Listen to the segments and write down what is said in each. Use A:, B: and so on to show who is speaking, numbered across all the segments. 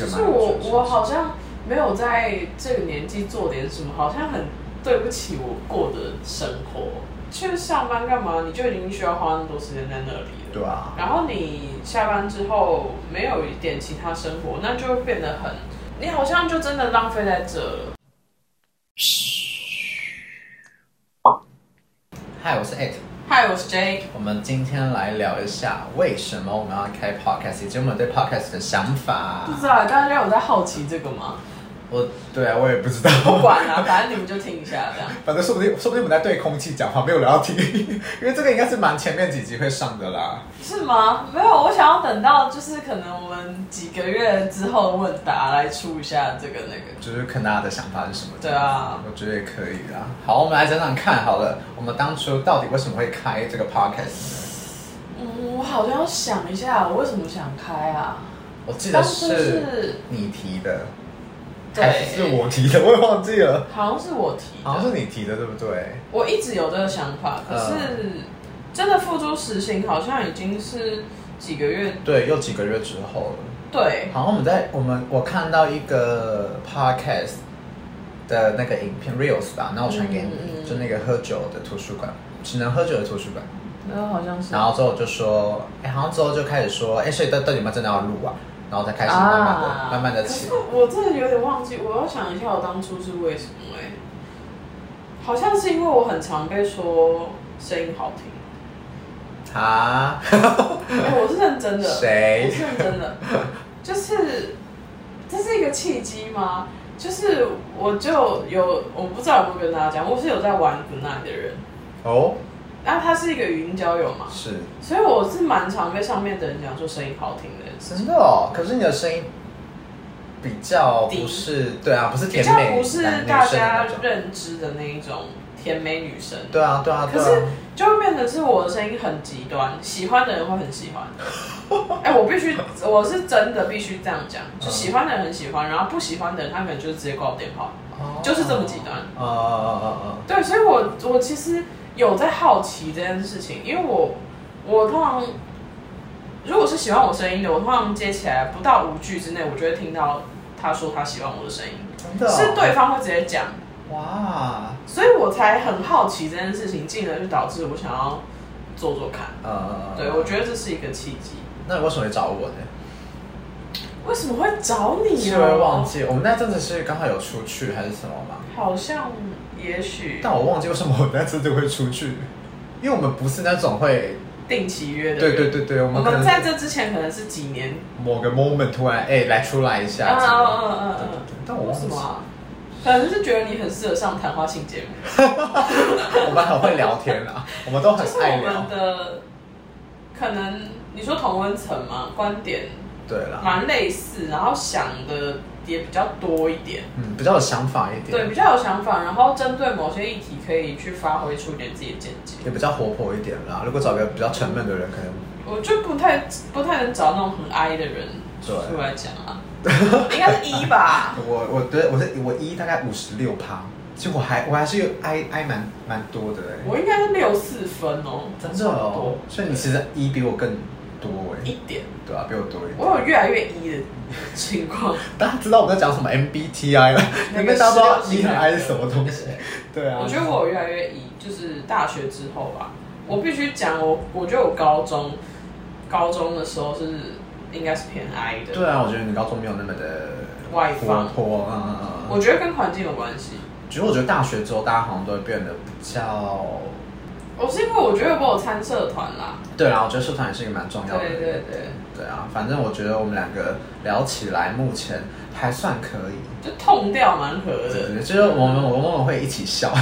A: 个
B: 可
A: 蛮
B: 是
A: 有趣
B: 我
A: 的
B: 我
A: 事
B: 好像没有在这个年纪做点什么，好像很对不起我过的生活。去上班干嘛？你就已经需要花那么多时间在那里了。
A: 对啊，
B: 然后你下班之后没有一点其他生活，那就变得很，你好像就真的浪费在这了。
A: 嗨，我是 at，
B: 嗨，我是 J，
A: 我们今天来聊一下为什么我们要开 podcast，以及我们对 podcast 的想法
B: 不。知道啊大家有在好奇这个吗？
A: 我对啊，我也不啊知道，
B: 不管啦、反正你们就听一下这样。
A: 反正说不定说不定我们在对空气讲话，没有人要听， 因为这个应该是蛮前面几集会上的啦。
B: 是吗？没有，我想要等到就是可能我们几个月之后的问答来出一下这个那个。
A: 就是看大家的想法是什么。
B: 对啊，
A: 我觉得也可以啦。好，我们来讲讲看好了，我们当初到底为什么会开这个 podcast 呢？
B: 嗯，我好像要想一下，我为什么想开啊？
A: 我记
B: 当
A: 得
B: 初
A: 是
B: 是
A: 你提的，
B: 对
A: 还是我提的，我也忘记了，
B: 好像是我提
A: 好像
B: 的，
A: 是你嗯提的，对不对？
B: 我一直有这个想法，可是真的付诸实行好像已经是几个月。
A: 对，又几个月之后了。
B: 对，
A: 好像我们在我们我看到一个 podcast 的那个影片 reels 吧，然后我传给你，
B: 嗯嗯嗯
A: 就那个喝酒的图书馆，只能喝酒的图书馆。
B: 那个好像是。
A: 然后之后就说，哎、好像之后就开始说，哎、所以到到底有没有真的要录啊？然后才开始慢慢的、
B: 啊
A: 慢慢的
B: 可
A: 起
B: 是
A: 来。
B: 我真的有点忘记，我要想一下我当初是为什么哎、好像是因为我很常被说声音好听，
A: 啊，
B: 哎我是认真的，
A: 谁
B: 我是认真的，就是这是一个契机吗？就是我就有我不知道有没有跟大家讲，我是有在玩 Good Night 的人，
A: 哦，
B: 然后他是一个语音交友嘛，
A: 是
B: 所以我是蛮常被上面的人讲说声音好听的人，
A: 真的哦。可是你的声音比较不是，对啊，不是
B: 比
A: 甜
B: 较
A: 美
B: 不是
A: 男女
B: 大
A: 生的
B: 家
A: 那种。
B: 认知的那一种甜美女生。
A: 对啊，对啊，
B: 可
A: 对
B: 是
A: 啊。
B: 就会变成是我的声音很极端，喜欢的人会很喜欢。哎、我必须，我是真的必须这样讲，就喜欢的人很喜欢，然后不喜欢的人他可能就是直接挂我电话。
A: 哦
B: 就是这么极端
A: 哦哦哦哦
B: 对，所以我我其实有在好奇这件事情，因为我我通常如果是喜欢我声音的，我通常接起来不到五句之内，我就会听到他说他喜欢我的声音，
A: 哦，真的哦
B: 是对方会直接讲，
A: 哇，
B: 所以我才很好奇这件事情，进而就导致我想要做做看。
A: 呃，
B: 对，我觉得这是一个契机。
A: 那你为什么会找我呢？
B: 为什么会找你
A: 是
B: 啊？
A: 我会忘，记，我们那阵子是刚好有出去还是什么吗？
B: 好像也许
A: 但我忘记为什么我那次就会出去，因为我们不是那种会，
B: 定期约的。
A: 对对，对对，我
B: 我
A: 们可
B: 们在
A: 能
B: 这之前可能是几年。
A: 某个 moment 突然哎、来出来一
B: 嗯
A: 下，
B: 嗯
A: 之类的
B: 嗯
A: 对
B: 嗯
A: 对
B: 嗯
A: 对
B: 嗯。
A: 但我
B: 为
A: 忘
B: 什
A: 记
B: 么，啊？可能是觉得你很适合上谈话性节目，
A: 我们很会聊天啦，我们都很
B: 就是
A: 爱
B: 我
A: 聊
B: 们，的可能你说同温层嘛，观点
A: 对啦，
B: 蛮类似，然后想的也比较多一点，
A: 嗯，比较有想法一
B: 对，
A: 点，
B: 比较有想法，然后针对某些议题可以去发挥出一点自己的见解。
A: 也比较活泼一点啦。如果找个比较沉闷的人，可能
B: 我就不太不太能找那种很 I 的人
A: 对
B: 出来讲啊，应该是 一吧。
A: 我我对我是我一大概五十六趴，其实我还我还是有挨挨蛮蛮多的哎、
B: 我应该是六四分哦，
A: 真的哦，所以你其实一比我更多哎、
B: 一点，
A: 对啊，比我多一点。
B: 我有越来越一的情况。
A: 大家知道我们在讲什么 MBTI 了， 你们大家不知道 E 和 I 是什么东西？对啊，
B: 我觉得我有越来越一，就是大学之后吧，我必须讲我，我觉得我高中高中的时候是应该是偏 I 的，
A: 对啊，我觉得你高中没有那么的
B: 外
A: 活
B: 放，
A: 泼，嗯嗯嗯
B: 我
A: 嗯。
B: 觉得跟环境有关系。
A: 其实我觉得大学之后，大家好像都会变得比较……
B: 我是因为我觉得我有参社团啦，
A: 对啊，我觉得社团也是一个蛮重要的。
B: 对对对，
A: 对啊，反正我觉得我们两个聊起来，目前还算可以。
B: 就痛掉蛮合
A: 对对
B: 的，
A: 对，就是我们我们我们会一起笑。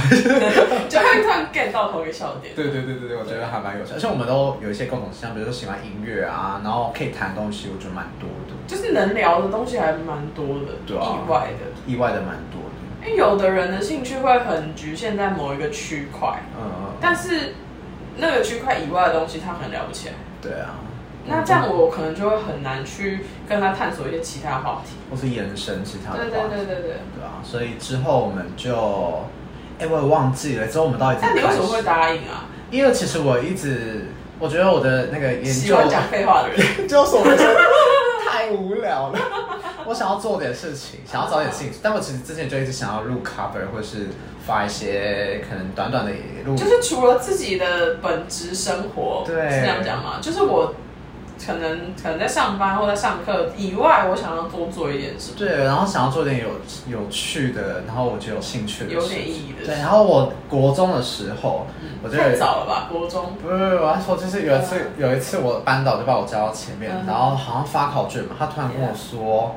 B: 就会突然 get 到同一个笑 点。
A: 对对对对对，我觉得还蛮有趣，而且我们都有一些共同倾向，比如说喜欢音乐啊，然后可以谈的东西，我觉得蛮多的，
B: 就是能聊的东西还蛮多的，
A: 对啊
B: 意外的。
A: 意外的蛮多的。
B: 因为有的人的兴趣会很局限在某一个区块，
A: 嗯嗯嗯，
B: 但是那个区块以外的东西他可能聊不起来。
A: 对啊。
B: 那这样我可能就会很难去跟他探索一些其他话题。
A: 或是延伸其他的话题，
B: 对对对对对。
A: 对啊，所以之后我们就，哎、我也忘记了，之后我们到底怎
B: 那
A: 么？
B: 你为什么会？答应啊？
A: 因为其实我一直，我觉得我的那个研
B: 喜
A: 究
B: 欢讲废话的人，
A: 究所本身太无聊了，我想要做点事情，想要找点兴趣。但我其实之前就一直想要录 cover，或是发一些可能短短的录，
B: 就是除了自己的本职生活，
A: 对
B: 是这样讲吗？就是我可能可能在上班或在上课以外，我想要多做一点事，
A: 对，然后想要做点有有趣的，然后我觉得有兴趣的
B: 有
A: 事
B: 点意
A: 情。
B: 义的
A: 对，
B: 事。
A: 然后我国中的时候，我就有
B: 太早了吧，国中。
A: 不是，我要说就是有一次，有一次我班导就把我叫到前面，
B: 嗯
A: 然后好像发考卷嘛，他突然跟我说，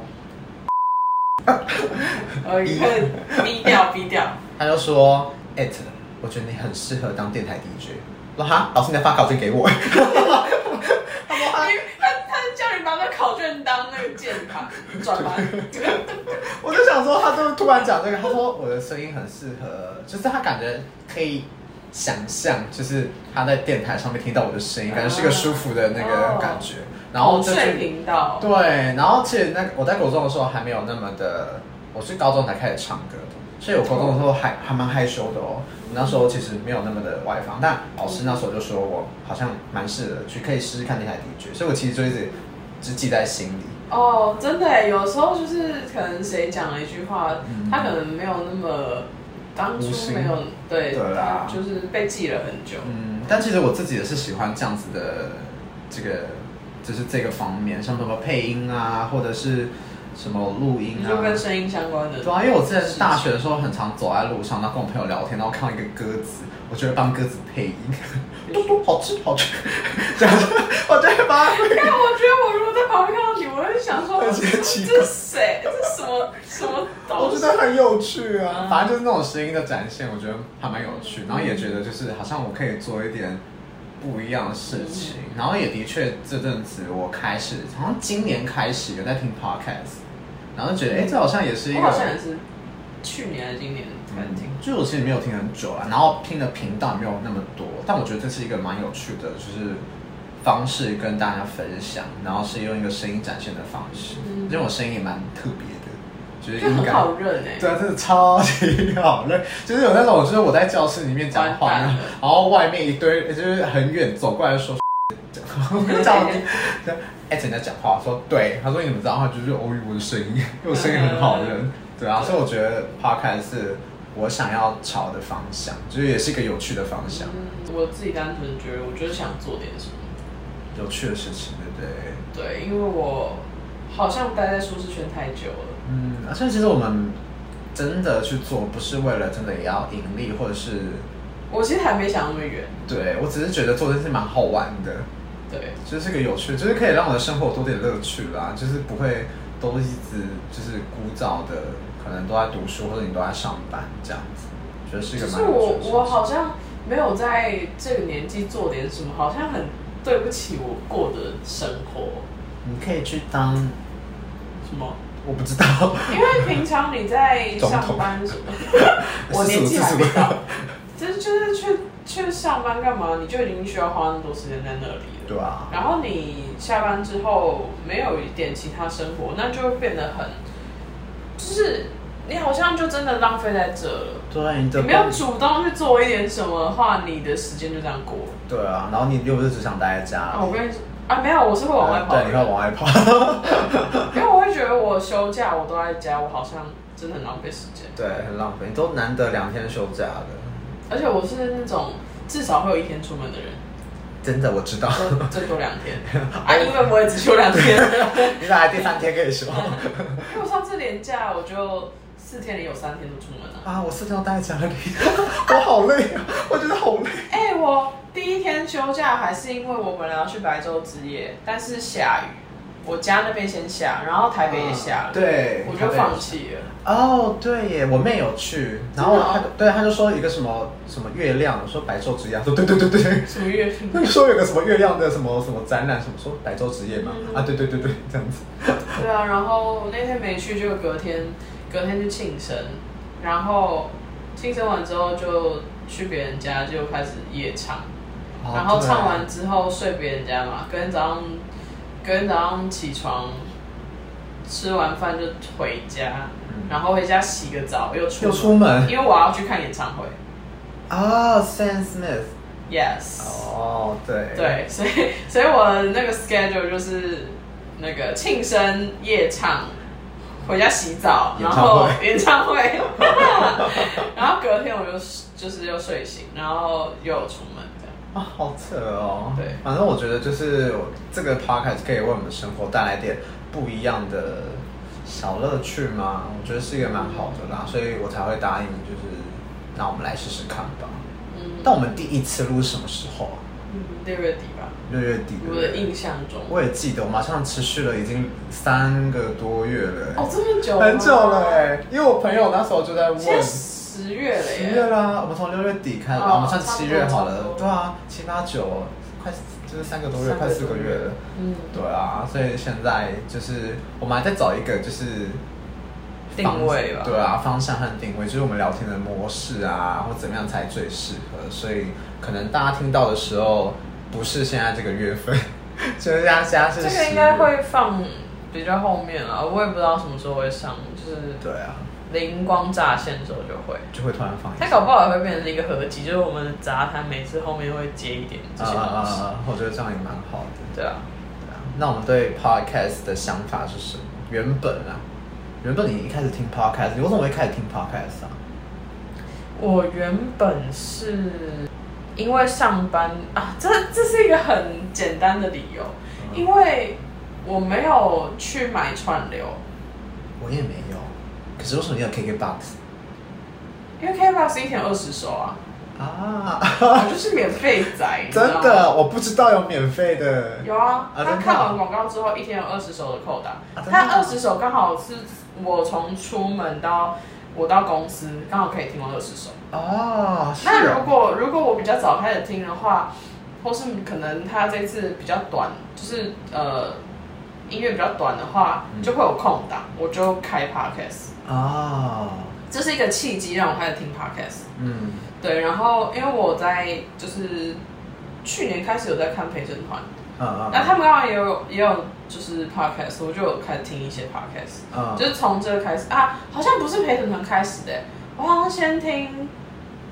B: 呃，你可以低调低 调。
A: 他就说艾特，我觉得你很适合当电台 DJ。我说哈，老师你在发考卷给我，
B: 他他他叫你把那考卷当那个键盘转盘，
A: 我就想说他就突然讲这个，他说我的声音很适合，就是他感觉可以想象，就是他在电台上面听到我的声音，感觉是个舒服的那个感觉。 然后这
B: 睡
A: 就
B: 频道。
A: 对，然后其实那个我在国中的时候还没有那么的，我是高中才开始唱歌的，所以我高中的时候还还蛮害羞的哦。那时候其实没有那么的外放，但老师那时候就说我好像蛮适合去，可以试试看那台 DJ，所以我其实就一直只记在心里。
B: 哦，真的耶，有时候就是可能谁讲了一句话，他可能没有那么当
A: 嗯
B: 初
A: 无心
B: 没有对，
A: 对啊啦
B: 他就是被记了很久。
A: 嗯，但其实我自己也是喜欢这样子的，这个就是这个方面，像什么配音啊，或者是什么录音
B: 你
A: 啊，
B: 就跟声音相关的，
A: 对啊，因为我之前是大学的时候，很常走在路上，然后跟我朋友聊天，然后看到一个鸽子，我就会帮鸽子配 音，嘟嘟好吃好吃， 这样子，我就会帮它配音。
B: 但哎我觉得我如果在旁边看到你，我会 想说，
A: 而
B: 这
A: 且奇怪
B: 是谁？这是什么什么
A: 我
B: 东
A: 觉
B: 西？
A: 得很有趣啊
B: 嗯，
A: 反正就是那种声音的展现，我觉得还蛮有趣，然后也觉得就是好像我可以做一点不一样的事情，然后也的确这阵子我开始，好像今年开始有在听 podcast，然后就觉得哎、诶这好像也是一
B: 我
A: 个，
B: 好像也是去年还是今年才
A: 嗯
B: 听。，
A: 就是我其实没有听很久啦，然后听的频道也没有那么多，但我觉得这是一个蛮有趣的，就是方式跟大家分享，然后是用一个声音展现的方式，
B: 嗯
A: 因为我声音也蛮特别的，就是
B: 就
A: 应
B: 很
A: 该。
B: 好认哎、
A: 对啊，真的超级好累，就是有那种，就是我在教室里面讲话，
B: 完
A: 然
B: 蛋
A: 后
B: 了
A: 然后外面一堆就是很远走过来 说这样子，然后 哎，人家讲话说对，他说你怎么知道？他就是偶遇我的声音，因为我声音很好
B: 嗯
A: 认，对啊，所以我觉得 podcast 是我想要朝的方向，就是也是一个有趣的方向，
B: 嗯，我自己单纯觉得，我就是想做点什么。
A: 有趣的事情，对不对？
B: 对，因为我好像待在舒适圈太久了。
A: 嗯，而且其实我们真的去做，不是为了真的也要盈利，或者是
B: 我其实还没想那么远，
A: 对我只是觉得做这件事蛮好玩的。
B: 对，
A: 就是个有趣，就是可以让我的生活多点乐趣啦，就是不会都一直就是枯燥的，可能都在读书或者你都在上班这样子，觉得是一
B: 就
A: 个
B: 是
A: 蛮有趣
B: 我
A: 的事情
B: 我好像没有在这个年纪做点什么，好像很对不起我过的生活，
A: 你可以去当，
B: 什么？
A: 我不 知道，
B: 因为平常你在
A: 总统
B: 上班什么，我年纪还没到，就是就是去去上班干嘛，你就已经需要花那么多时间在那里了。
A: 对啊，
B: 然后你下班之后没有一点其他生活，那就会变得很，就是你好像就真的浪费在这了。
A: 对啊你
B: 你
A: 的
B: 没有主动去做一点什么的话，你的时间就这样过了。
A: 对啊，然后你又不是只想待在家，
B: 啊，我跟你说啊，没有，我是会往外跑
A: 对，
B: 的
A: 你会往外跑，
B: 因为我会觉得我休假我都在家，我好像真的很浪费时间。
A: 对，很浪费，你都难得两天休假的，
B: 而且我是那种至少会有一天出门的人，
A: 真的我知道，
B: 就最多两天 啊，因为我也只休两天。
A: 你哪来第三天可以休
B: 因为我上次连假我就四天里有三天都出门了、
A: 啊？我四天都待在家里，我好累啊，我觉得好累。
B: 哎、我第一天休假还是因为我本来要去白昼之夜，但是下雨，我家那边先下，然后台北也下了，
A: 对，
B: 我就放弃了。
A: 哦，对耶，我妹有去，然
B: 哦
A: 后她就对她就说一个什么什么月亮，我说白昼之夜，啊她说对对对对，
B: 什么月份？
A: 那你说有个什么月亮的什么什么展览，什么说白昼之夜嘛，
B: 嗯
A: 啊对对对对，这样子，
B: 对啊，然后那天没去，就隔天隔天去庆生，然后庆生完之后就去别人家就开始夜唱，
A: 哦
B: 然后唱完之后睡别人家嘛，隔天早上隔天早上起床。吃完饭就回家，
A: 嗯
B: 然后回家洗个澡，又出
A: 又出门
B: 因为我要去看演唱会。
A: 啊，Sam Smith，
B: Yes，、
A: 哦对，
B: 对， 所以所以我的那个 schedule 就是那个庆生、夜唱、回家洗澡，
A: 演
B: 然
A: 唱
B: 后
A: 会
B: 演 唱会， 然后隔天我又就是又睡醒，然后又出门这样。
A: 啊，好扯哦！
B: 对
A: 反正我觉得就是我这个 podcast 可以为我们生活带来点不一样的小乐趣嘛，我觉得是一个蛮好的啦，所以我才会答应，就是那我们来试试看吧。
B: 嗯，
A: 但我们第一次录是什么时候啊？
B: 嗯六月底吧，
A: 六月底。对不
B: 我
A: 对
B: 的印象中。
A: 我也记得，我马上持续了已经三个多月了、欸
B: 哦，这么久，
A: 很久了哎、。因为我朋友那时候就在问，
B: 现在十月了耶。
A: 十月啦，我们从六月底开始，
B: 哦
A: 我们算七月好
B: 差不
A: 了，
B: 多
A: 对啊，七八九，快就是三个多月，
B: 三个多
A: 快四个月了，
B: 嗯，
A: 对啊，所以现在就是我们还在找一个就是方
B: 定位吧
A: 对啊，方向和定位，就是我们聊天的模式啊，或怎么样才最适合，所以可能大家听到的时候不是现在这个月份， 就是现在现在是
B: 这
A: 十
B: 个
A: 月
B: 应该会放比较后面了，我也不知道什么时候会上，就是
A: 对啊，
B: 灵光乍现的时候就会。
A: 就会突然放一
B: 它搞不好也会变成一个合集，就是我们的杂谈每次后面会接一点这
A: 啊
B: 些
A: 啊
B: 东
A: 啊
B: 西。
A: 啊！我觉得这样也蛮好的。
B: 对啊，
A: 那我们对 podcast 的想法是什么？原本啊，原本你一开始听 podcast，你为什么会开始听 podcast 啊？
B: 我原本是因为上班啊，这这是一个很简单的理由，
A: 嗯
B: 因为我没有去买串流，
A: 我也没有，可是为什么你有 KKbox
B: 因为 KBox 一天二十首啊，
A: 啊？
B: 我就是免费仔，你知道 吗
A: 真的，我不知道有免费的。
B: 有啊，
A: 啊
B: 他
A: 真的
B: 看
A: 啊
B: 完广告之后，一天有二十首的扣打。
A: 真的
B: 他
A: 啊
B: 二十首刚好是我从出门到我到公司，刚好可以听完二十首。
A: 哦，是
B: 那如
A: 哦。
B: 果如果我比较早开始听的话，或是可能他这次比较短，就是呃音乐比较短的话，
A: 嗯
B: 就会有空档，我就开 podcast。
A: 哦，
B: 这是一个契机让我开始听 podcast。
A: 嗯，
B: 对，然后因为我在就是去年开始有在看陪审团。
A: 嗯嗯
B: 那他们刚好也有也有就是 podcast，我就有开始听一些 podcast，、
A: 嗯
B: 就是从这个开始啊，好像不是陪审团开始的、我好像先听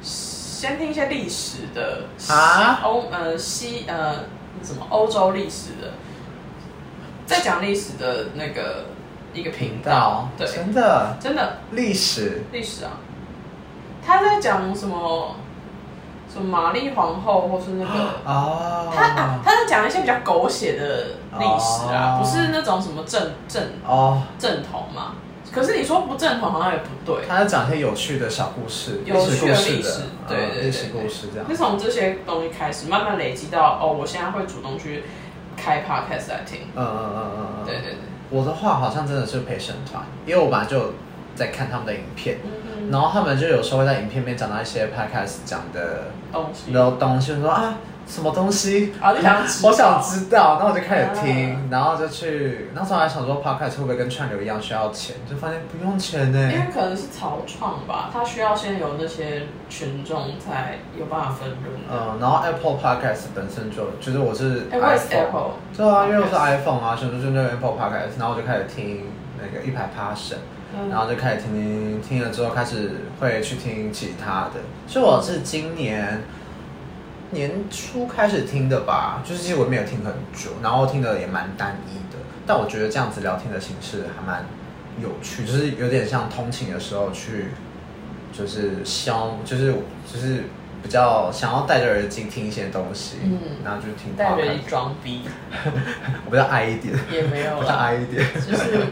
B: 先听一些历史的
A: 啊
B: 西欧呃西呃什么欧洲历史的，在讲历史的那个一个频道，对，
A: 真的
B: 真的
A: 历史
B: 历史啊，他在讲什么什么玛丽皇后或是那个。
A: 哦，
B: 他啊，他在讲一些比较狗血的历史
A: 哦
B: 啊，不是那种什么正正
A: 哦，
B: 正统嘛。可是你说不正统好像也不对，
A: 他在讲一些有趣的小故事，
B: 有趣
A: 历
B: 的
A: 史
B: 历
A: 故事
B: 史
A: 的，，嗯
B: 对对对
A: 历史
B: 对
A: 故事这样
B: 就。从这些东西开始，慢慢累积到哦，我现在会主动去开 podcast 来听。
A: 嗯嗯嗯嗯嗯，
B: 对对对，
A: 我的话好像真的是陪审团，因为我本来就有在看他们的影片，
B: 嗯，
A: 然后他们就有时候会在影片里面讲到一些 podcast 讲的
B: 东西
A: 然后东西，我说啊什么东西，
B: 啊，你想嗯知道
A: 我想知道，然后我就开始
B: 啊
A: 听，然后就去，那时候还想说 podcast 会不会跟串流一样需要钱，就发现不用钱呢、
B: 因为可能是草创吧，他需要先有那些群众才有办法分润的。
A: 嗯，然后 Apple Podcast 本身就就是我是
B: 哎，我也是
A: iPhone，
B: Apple，
A: 对啊，因为我是 iPhone 啊，所以就用 Apple Podcast，然后我就开始听那个一排趴神，然
B: 嗯，
A: 后就开始听听听了之后，开始会去听其他的。所以我是今年年初开始听的吧，就是其实我没有听很久，然后听的也蛮单一的。但我觉得这样子聊天的形式还蛮有趣，就是有点像通勤的时候去，就是消，就是就是比较想要戴着耳机听一些东西，
B: 嗯
A: 然后就听
B: 带着
A: podcast
B: 一装逼
A: 我比较矮一点，
B: 也没有
A: 我比较
B: 啦。
A: 矮一点，
B: 就是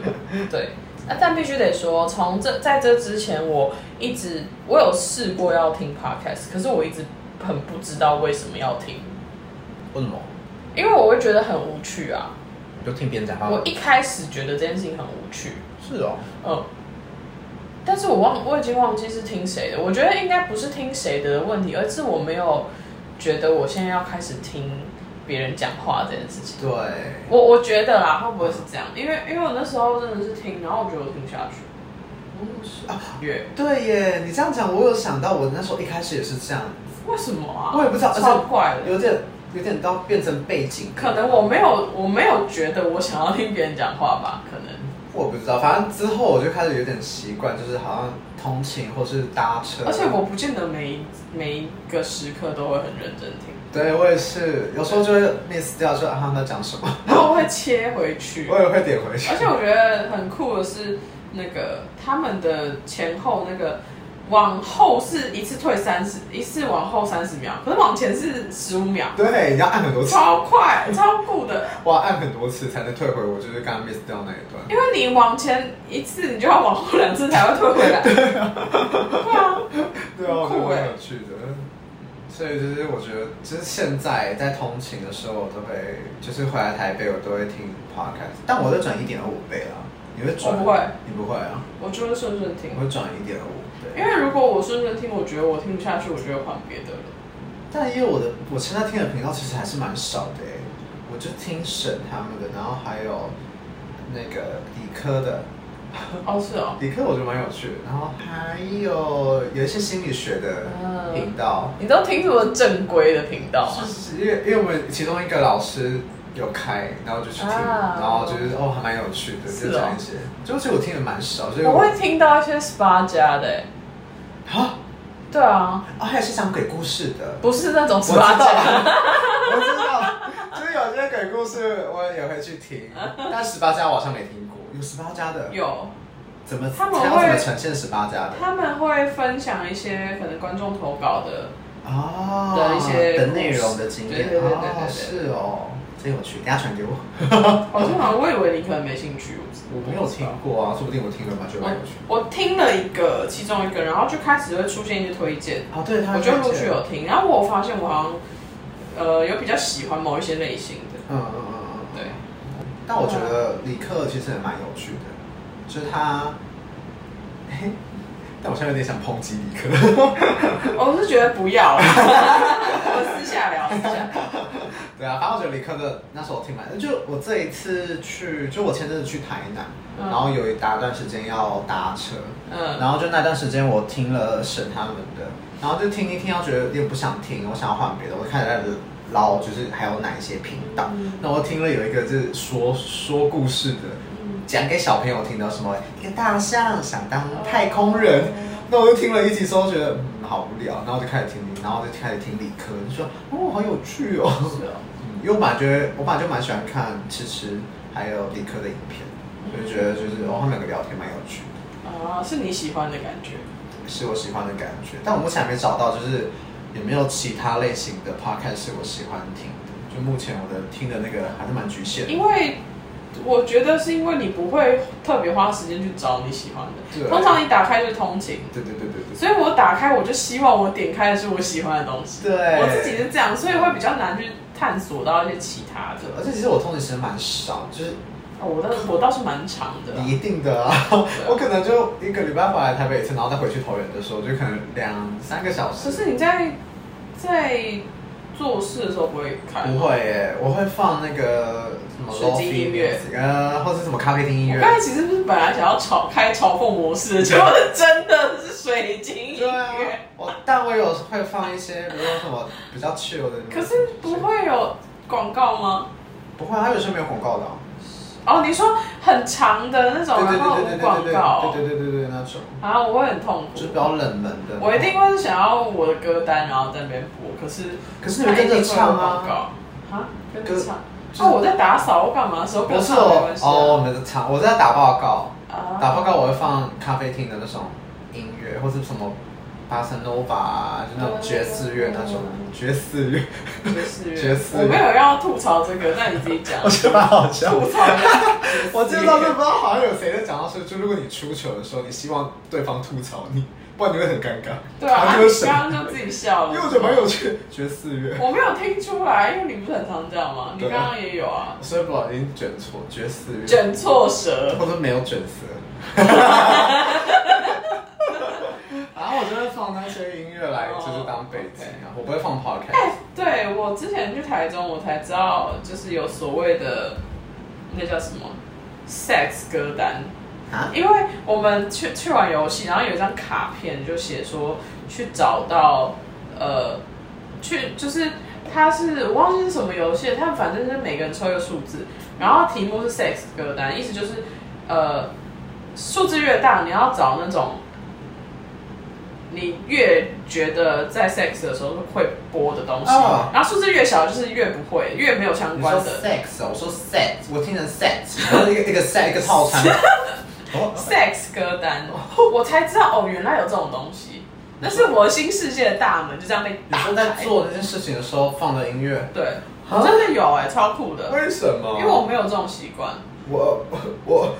B: 对。啊，但必须得说，从这在这之前，我一直我有试过要听 podcast，可是我一直很不知道为什么要听，
A: 为什么？
B: 因为我会觉得很无趣啊。
A: 就听别人讲话
B: 我一开始觉得这件事情很无趣，
A: 是哦，
B: 嗯，但是我忘我已经忘记是听谁的，我觉得应该不是听谁的问题，而是我没有觉得我现在要开始听别人讲话这件事情。
A: 对。
B: 我我觉得啦，会不会是这样？因为因为我那时候真的是听，然后我觉得我听不下去，
A: 啊，
B: 乐
A: 对耶，你这样讲，我有想到，我那时候一开始也是这样，
B: 为什么啊？
A: 我也不知道，
B: 超怪的。
A: 有点有点到变成背景，
B: 可能我没有，我没有觉得我想要听别人讲话吧？可能，
A: 我不知道，反正之后我就开始有点习惯，就是好像通勤或是搭车，
B: 而且我不见得每一每一个时刻都会很认真听，
A: 对我也是，有时候就会 miss 掉，说啊他们在讲什么，
B: 然后我会切回去
A: 我。也会点回去，
B: 而且我觉得很酷的是，那个他们的前后那个往后是一次退三十，一次往后三十秒，可是往前是十五秒，
A: 对，你要按很多次，
B: 超快超酷的。
A: 我要按很多次才能退回我就是刚刚 miss 掉那一段。
B: 因为你往前一次，你就要往后两次才会退 回来。对啊，
A: 对啊，我觉
B: 很
A: 得
B: 酷欸
A: 蛮有趣的。所以就是我觉得，就是现在在通勤的时候，我都会就是回来台北，我都会听 podcast，但我都转一点五倍啦。你会转？
B: 我不会，
A: 你不会啊？
B: 我就会顺顺听
A: 我，会转一点五倍
B: 因。为如果我顺顺听，我觉得我听不下去，我就会换别的了。
A: 但因为我的我现在听的频道其实还是蛮少的、欸，我就听沈他们的，然后还有那个理科的，
B: 哦，是哦，
A: 理科我觉得蛮有趣的，然后还有有一些心理学的
B: 嗯
A: 频道。
B: 你都听什么正规的频道啊吗？
A: 是因为因为我们其中一个老师有开，然后就去听，
B: 啊
A: 然后就是哦还蛮有趣的，
B: 是
A: 就
B: 哦
A: 讲一些，就是我听的蛮少，所以
B: 我会听到一些十八家的、欸，
A: 啊
B: 对啊，
A: 啊还有是讲鬼故事的，
B: 不是那种
A: 我
B: 十八家，
A: 我知道，就是有些鬼故事我也会去听，但十八家我好像没听过，有十八家的，
B: 啊有
A: 怎么
B: 他们
A: 要怎么
B: 会
A: 呈现十八家的
B: 他们会分享一些可能观众投稿的，
A: 啊
B: 的一些
A: 的内容的经验，
B: 对对对对对
A: 哦
B: 对
A: 是哦，真有趣，等一下传给我，
B: 好像好像我以为你可能没兴趣，
A: 我没有听过啊，说不定我听了蛮觉得蛮有趣。
B: 我听了一个其中一个，然后就开始会出现一些推荐，
A: 哦，对，他
B: 我就陆续
A: 了。
B: 有听，然后我发现我好像呃有比较喜欢某一些类型的，
A: 嗯嗯嗯嗯嗯。
B: 对，
A: 但我觉得理科其实也蛮有趣的，就是他， 嘿但我现在有点想抨击理科。
B: 我是觉得不要了， 我们私下聊私下聊，
A: 对啊，反正我觉得理科的那时候听蛮，就我这一次去，就我前阵子去台南，
B: 嗯
A: 然后有一大段时间要搭车，
B: 嗯，
A: 然后就那段时间我听了沈他们的，然后就听一听，要觉得有点不想听，我想要换别的，我就开始在捞，就是还有哪一些频道
B: 嗯。
A: 那、我听了有一个就是说说故事的，讲给小朋友听的，什么一个大象想当太空人。那我就听了一集之后，觉得嗯好无聊，然后就开始听，然后就开始听理科，就说哦好有趣哦。
B: 是哦。
A: 嗯因为我本来觉得我本来就蛮喜欢看迟迟还有理科的影片，我就觉得就是哦他们两个聊天蛮有趣的。
B: 啊，是你喜欢的感觉。
A: 是我喜欢的感觉，但我目前还没找到，就是有没有其他类型的 podcast 是我喜欢听的。就目前我的听的那个还是蛮局限的。
B: 因为我觉得是因为你不会特别花时间去找你喜欢
A: 对
B: 的，通常你打开就是通勤，
A: 对对对对对。
B: 所以我打开我就希望我点开的是我喜欢的东西。
A: 对
B: 我自己是这样，所以会比较难去探索到一些其他的。
A: 而且其实我通勤时间蛮少，就是
B: 哦我倒我倒是蛮长的啊，
A: 一定的啊， 我可能就一个礼拜回来台北一次，然后再回去桃园的时候，就可能两三个小
B: 可
A: 时。
B: 是你在在做事的时候不会开吗
A: 不会耶，我会放那个什么
B: 随机
A: lofi
B: 音乐
A: music，呃，或是什么咖啡厅音
B: 我
A: 乐。
B: 刚才其实不是本来想要嘲开嘲讽模式的，结果是 真的是水晶音
A: 啊对啊
B: 乐。，
A: 我但我有会放一些，比如说什么比较 chill 的。
B: 可是不会有广告吗？
A: 不会啊，它有时候没有广告的啊、
B: 哦，你说很长的那
A: 对对对对对对对对
B: 种，然后无广告，
A: 对对对对那种，
B: 啊，我会很痛
A: 就是
B: 苦。
A: 比较冷门的。
B: 我一定。会是想要我的歌单，然后在那边播，可是
A: 可是你们跟着唱啊？
B: 啊，啊，跟着
A: 歌
B: 唱。
A: 就是
B: 哦，我在打扫，我干嘛的时候跟
A: 不
B: 着
A: 是
B: 唱没
A: 我
B: 关系啊
A: 哦，我们的唱，我在打报告，打
B: 啊，
A: 报告我会放咖啡厅的那种音乐，或是什么巴塞诺瓦，就那种爵士乐那种
B: 嗯
A: 爵士乐，
B: 爵士
A: 爵
B: 乐，
A: 士乐
B: 我没有要吐槽这个，但你自己讲
A: 我。觉得蛮好笑的。
B: 吐槽爵士乐，
A: 我记得上次不知道好像有谁在讲到说，就如果你出糗的时候，你希望对方吐槽你，不然你会很尴尬。
B: 对 啊，啊
A: 卡
B: 你
A: 歌神，
B: 刚刚就自己笑了。
A: 因为我觉得蛮有趣的，爵士乐。
B: 我没有听出来，因为你不是很常这样吗？你
A: 对啊
B: 刚刚也有啊，
A: 所以不小心卷错，爵士乐。
B: 卷错舌。
A: 或者没有卷舌。 然后我就会放那些音乐来，就是当背景啊，我不会放 podcast。
B: 哎对我之前去台中，我才知道就是有所谓的那叫什么 sex 歌单，
A: 啊？
B: 因为我们去去玩游戏，然后有一张卡片就写说去找到呃去就是它是我忘记是什么游戏，它反正就是每个人抽一个数字，然后题目是 sex 歌单，意思就是呃数字越大，你要找那种。你越觉得在 sex 的时候会播的东西
A: 哦
B: 然后数字越小就是越不会，越没有相
A: 你
B: 关
A: 说
B: 的。
A: sex，哦我说 set，我听成 set，然后一个一个 set 一个套餐。哦
B: sex 歌单，我才知道哦，原来有这种东西，那是我新世界的大门就这样被
A: 你
B: 打
A: 说
B: 开。
A: 在做那件事情的时候放的音乐，
B: 对
A: 啊，
B: 真的有哎、超酷的，
A: 为什么？
B: 因为我没有这种习惯。
A: 我我我，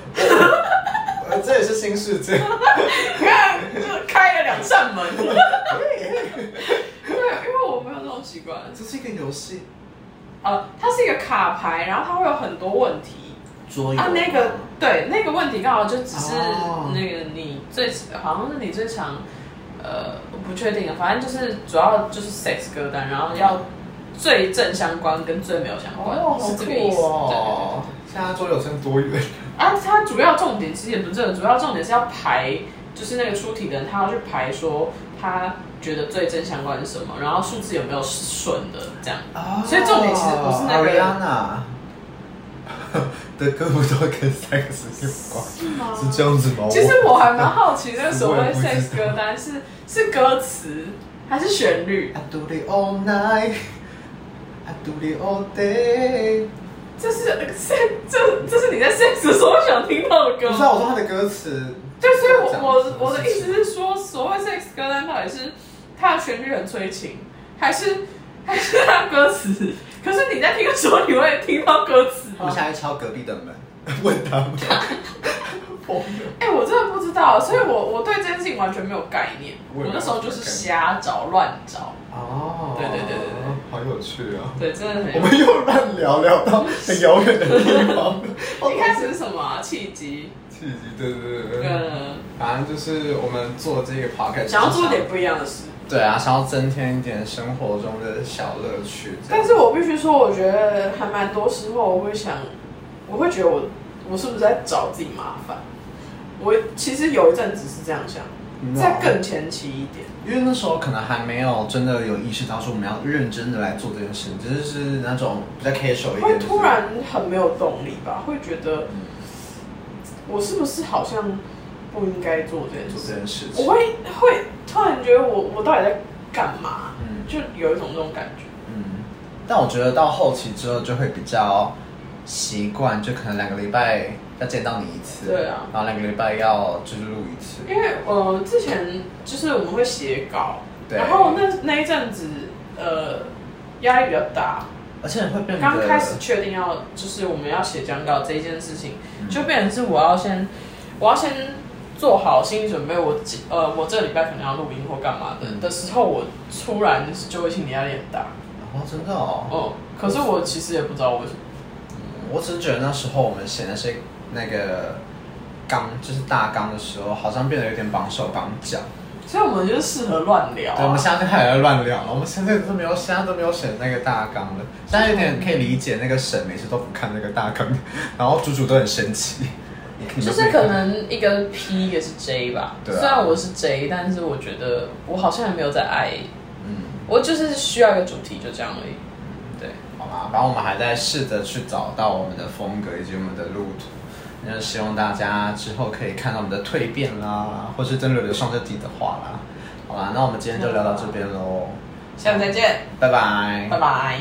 A: 我这也是新世 界。
B: 你看，就开了两 扇门。对，因为我没有这种习惯。
A: 这是一个游戏，
B: 呃，它是一个卡牌，然后它会有很多问题。
A: 桌
B: 啊，那个对，那个问题刚好就只是
A: 哦
B: 那个你最好像是你最常，呃，我不确定啊，反正就是主要就是 sex 歌单，然后要最正相关跟最没有相关，
A: 哦，好
B: 是这个
A: 酷
B: 意思。
A: 哦！现在桌游真多远？
B: 对对对啊，它主要重点其实也不是这个，主要重点是要排，就是那个出题的人他要去排说他觉得最正相关是什么，然后数字有没有是顺的这样。
A: 啊
B: 所以重点其实不是那个
A: Ariana 的歌不都跟 sex 有关，
B: 是吗
A: 是这样子吗？
B: 其实我还蛮好奇，那个所
A: 我也
B: 谓
A: 不知道
B: sex 歌单是是歌词还是旋律？
A: I do it all night, I do it all day。
B: 这是 sex，这这是你在 sex 的时候想听到的歌
A: 不知
B: 吗？
A: 道我说他的歌词，
B: 对，所以我我我的意思是说，所谓 sex 歌单到底是它的旋律很催情，还是还是它的歌词？可是你在听的时候，你会听到歌词
A: 我
B: 吗
A: 们？现在敲隔壁的门， 问他们。疯了。
B: 哎、我真的不知道，所以我我对这件事情完全没有概念。
A: 我
B: 我
A: 也没有
B: 那时候就是瞎找乱找，
A: 哦，
B: 对对对对对，
A: 好有趣啊！
B: 对，真的很 有
A: 我们又乱聊聊到很遥远的地
B: 。
A: 方
B: 一哦开始是什么、啊、契机？
A: 契机，对对对对，
B: 呃，
A: 反正就是我们做这个 podcast，
B: 想要做点不一样的事。
A: 对啊，想要增添一点生活中的小乐趣。这样
B: 但是我必须说，我觉得还蛮多时候我会想，我会觉得我我是不是在找自己麻烦？我其实有一阵子是这样想，
A: 嗯
B: 在更前期一点，
A: 因为那时候可能还没有真的有意识到说我们要认真的来做这件事，只是是那种比较 casual 一
B: 会
A: 点。
B: 突然很没有动力吧，会觉
A: 嗯
B: 得我是不是好像不应该做这件
A: 就是做这
B: 事？
A: 件事情，
B: 我会会突然觉得我我到底在干嘛？
A: 嗯
B: 就有一种这种感觉。
A: 嗯，但我觉得到后期之后就会比较习惯，就可能两个礼拜要见到你一次，
B: 对啊
A: 然后两个礼拜要就是录一次，
B: 因为呃，之前就是我们会写稿，
A: 对
B: 然后那那一阵子呃压力比较大，
A: 而且会变得
B: 刚开始确定要就是我们要写讲稿这一件事情，
A: 嗯
B: 就变成是我要先我要先做好心理准备，我几呃我这礼拜可能要录音或干嘛的、
A: 嗯
B: 的时候，我突然就会心理压力很大，
A: 哦，真的哦，
B: 哦、可是我其实也不知道为什么，
A: 我只是觉得那时候我们写那些那个纲，就是大纲的时候，好像变得有点绑手绑脚。
B: 所以我们就是适合乱聊、
A: 对，我
B: 啊
A: 们，现在就开始乱聊了，我们现在都没有，现在都没有选那个大纲 了，现在有点可以理解那个沈每次都不看那个大纲，然后主主都很生气，你看你
B: 就
A: 都
B: 是
A: 没看
B: 可能一个 P 一个是 J 吧，
A: 对啊
B: 虽然我是 J，但是我觉得我好像也没有在爱，
A: 嗯。
B: 我就是需要一个主题，就这样而已。对，
A: 好吧，反正我们还在试着去找到我们的风格以及我们的路途，那就希望大家之后可以看到我们的蜕变啦，或是真的有上这底的话啦。好啦，那我们今天就聊到这边喽，
B: 下次再见，
A: 拜拜
B: 拜拜。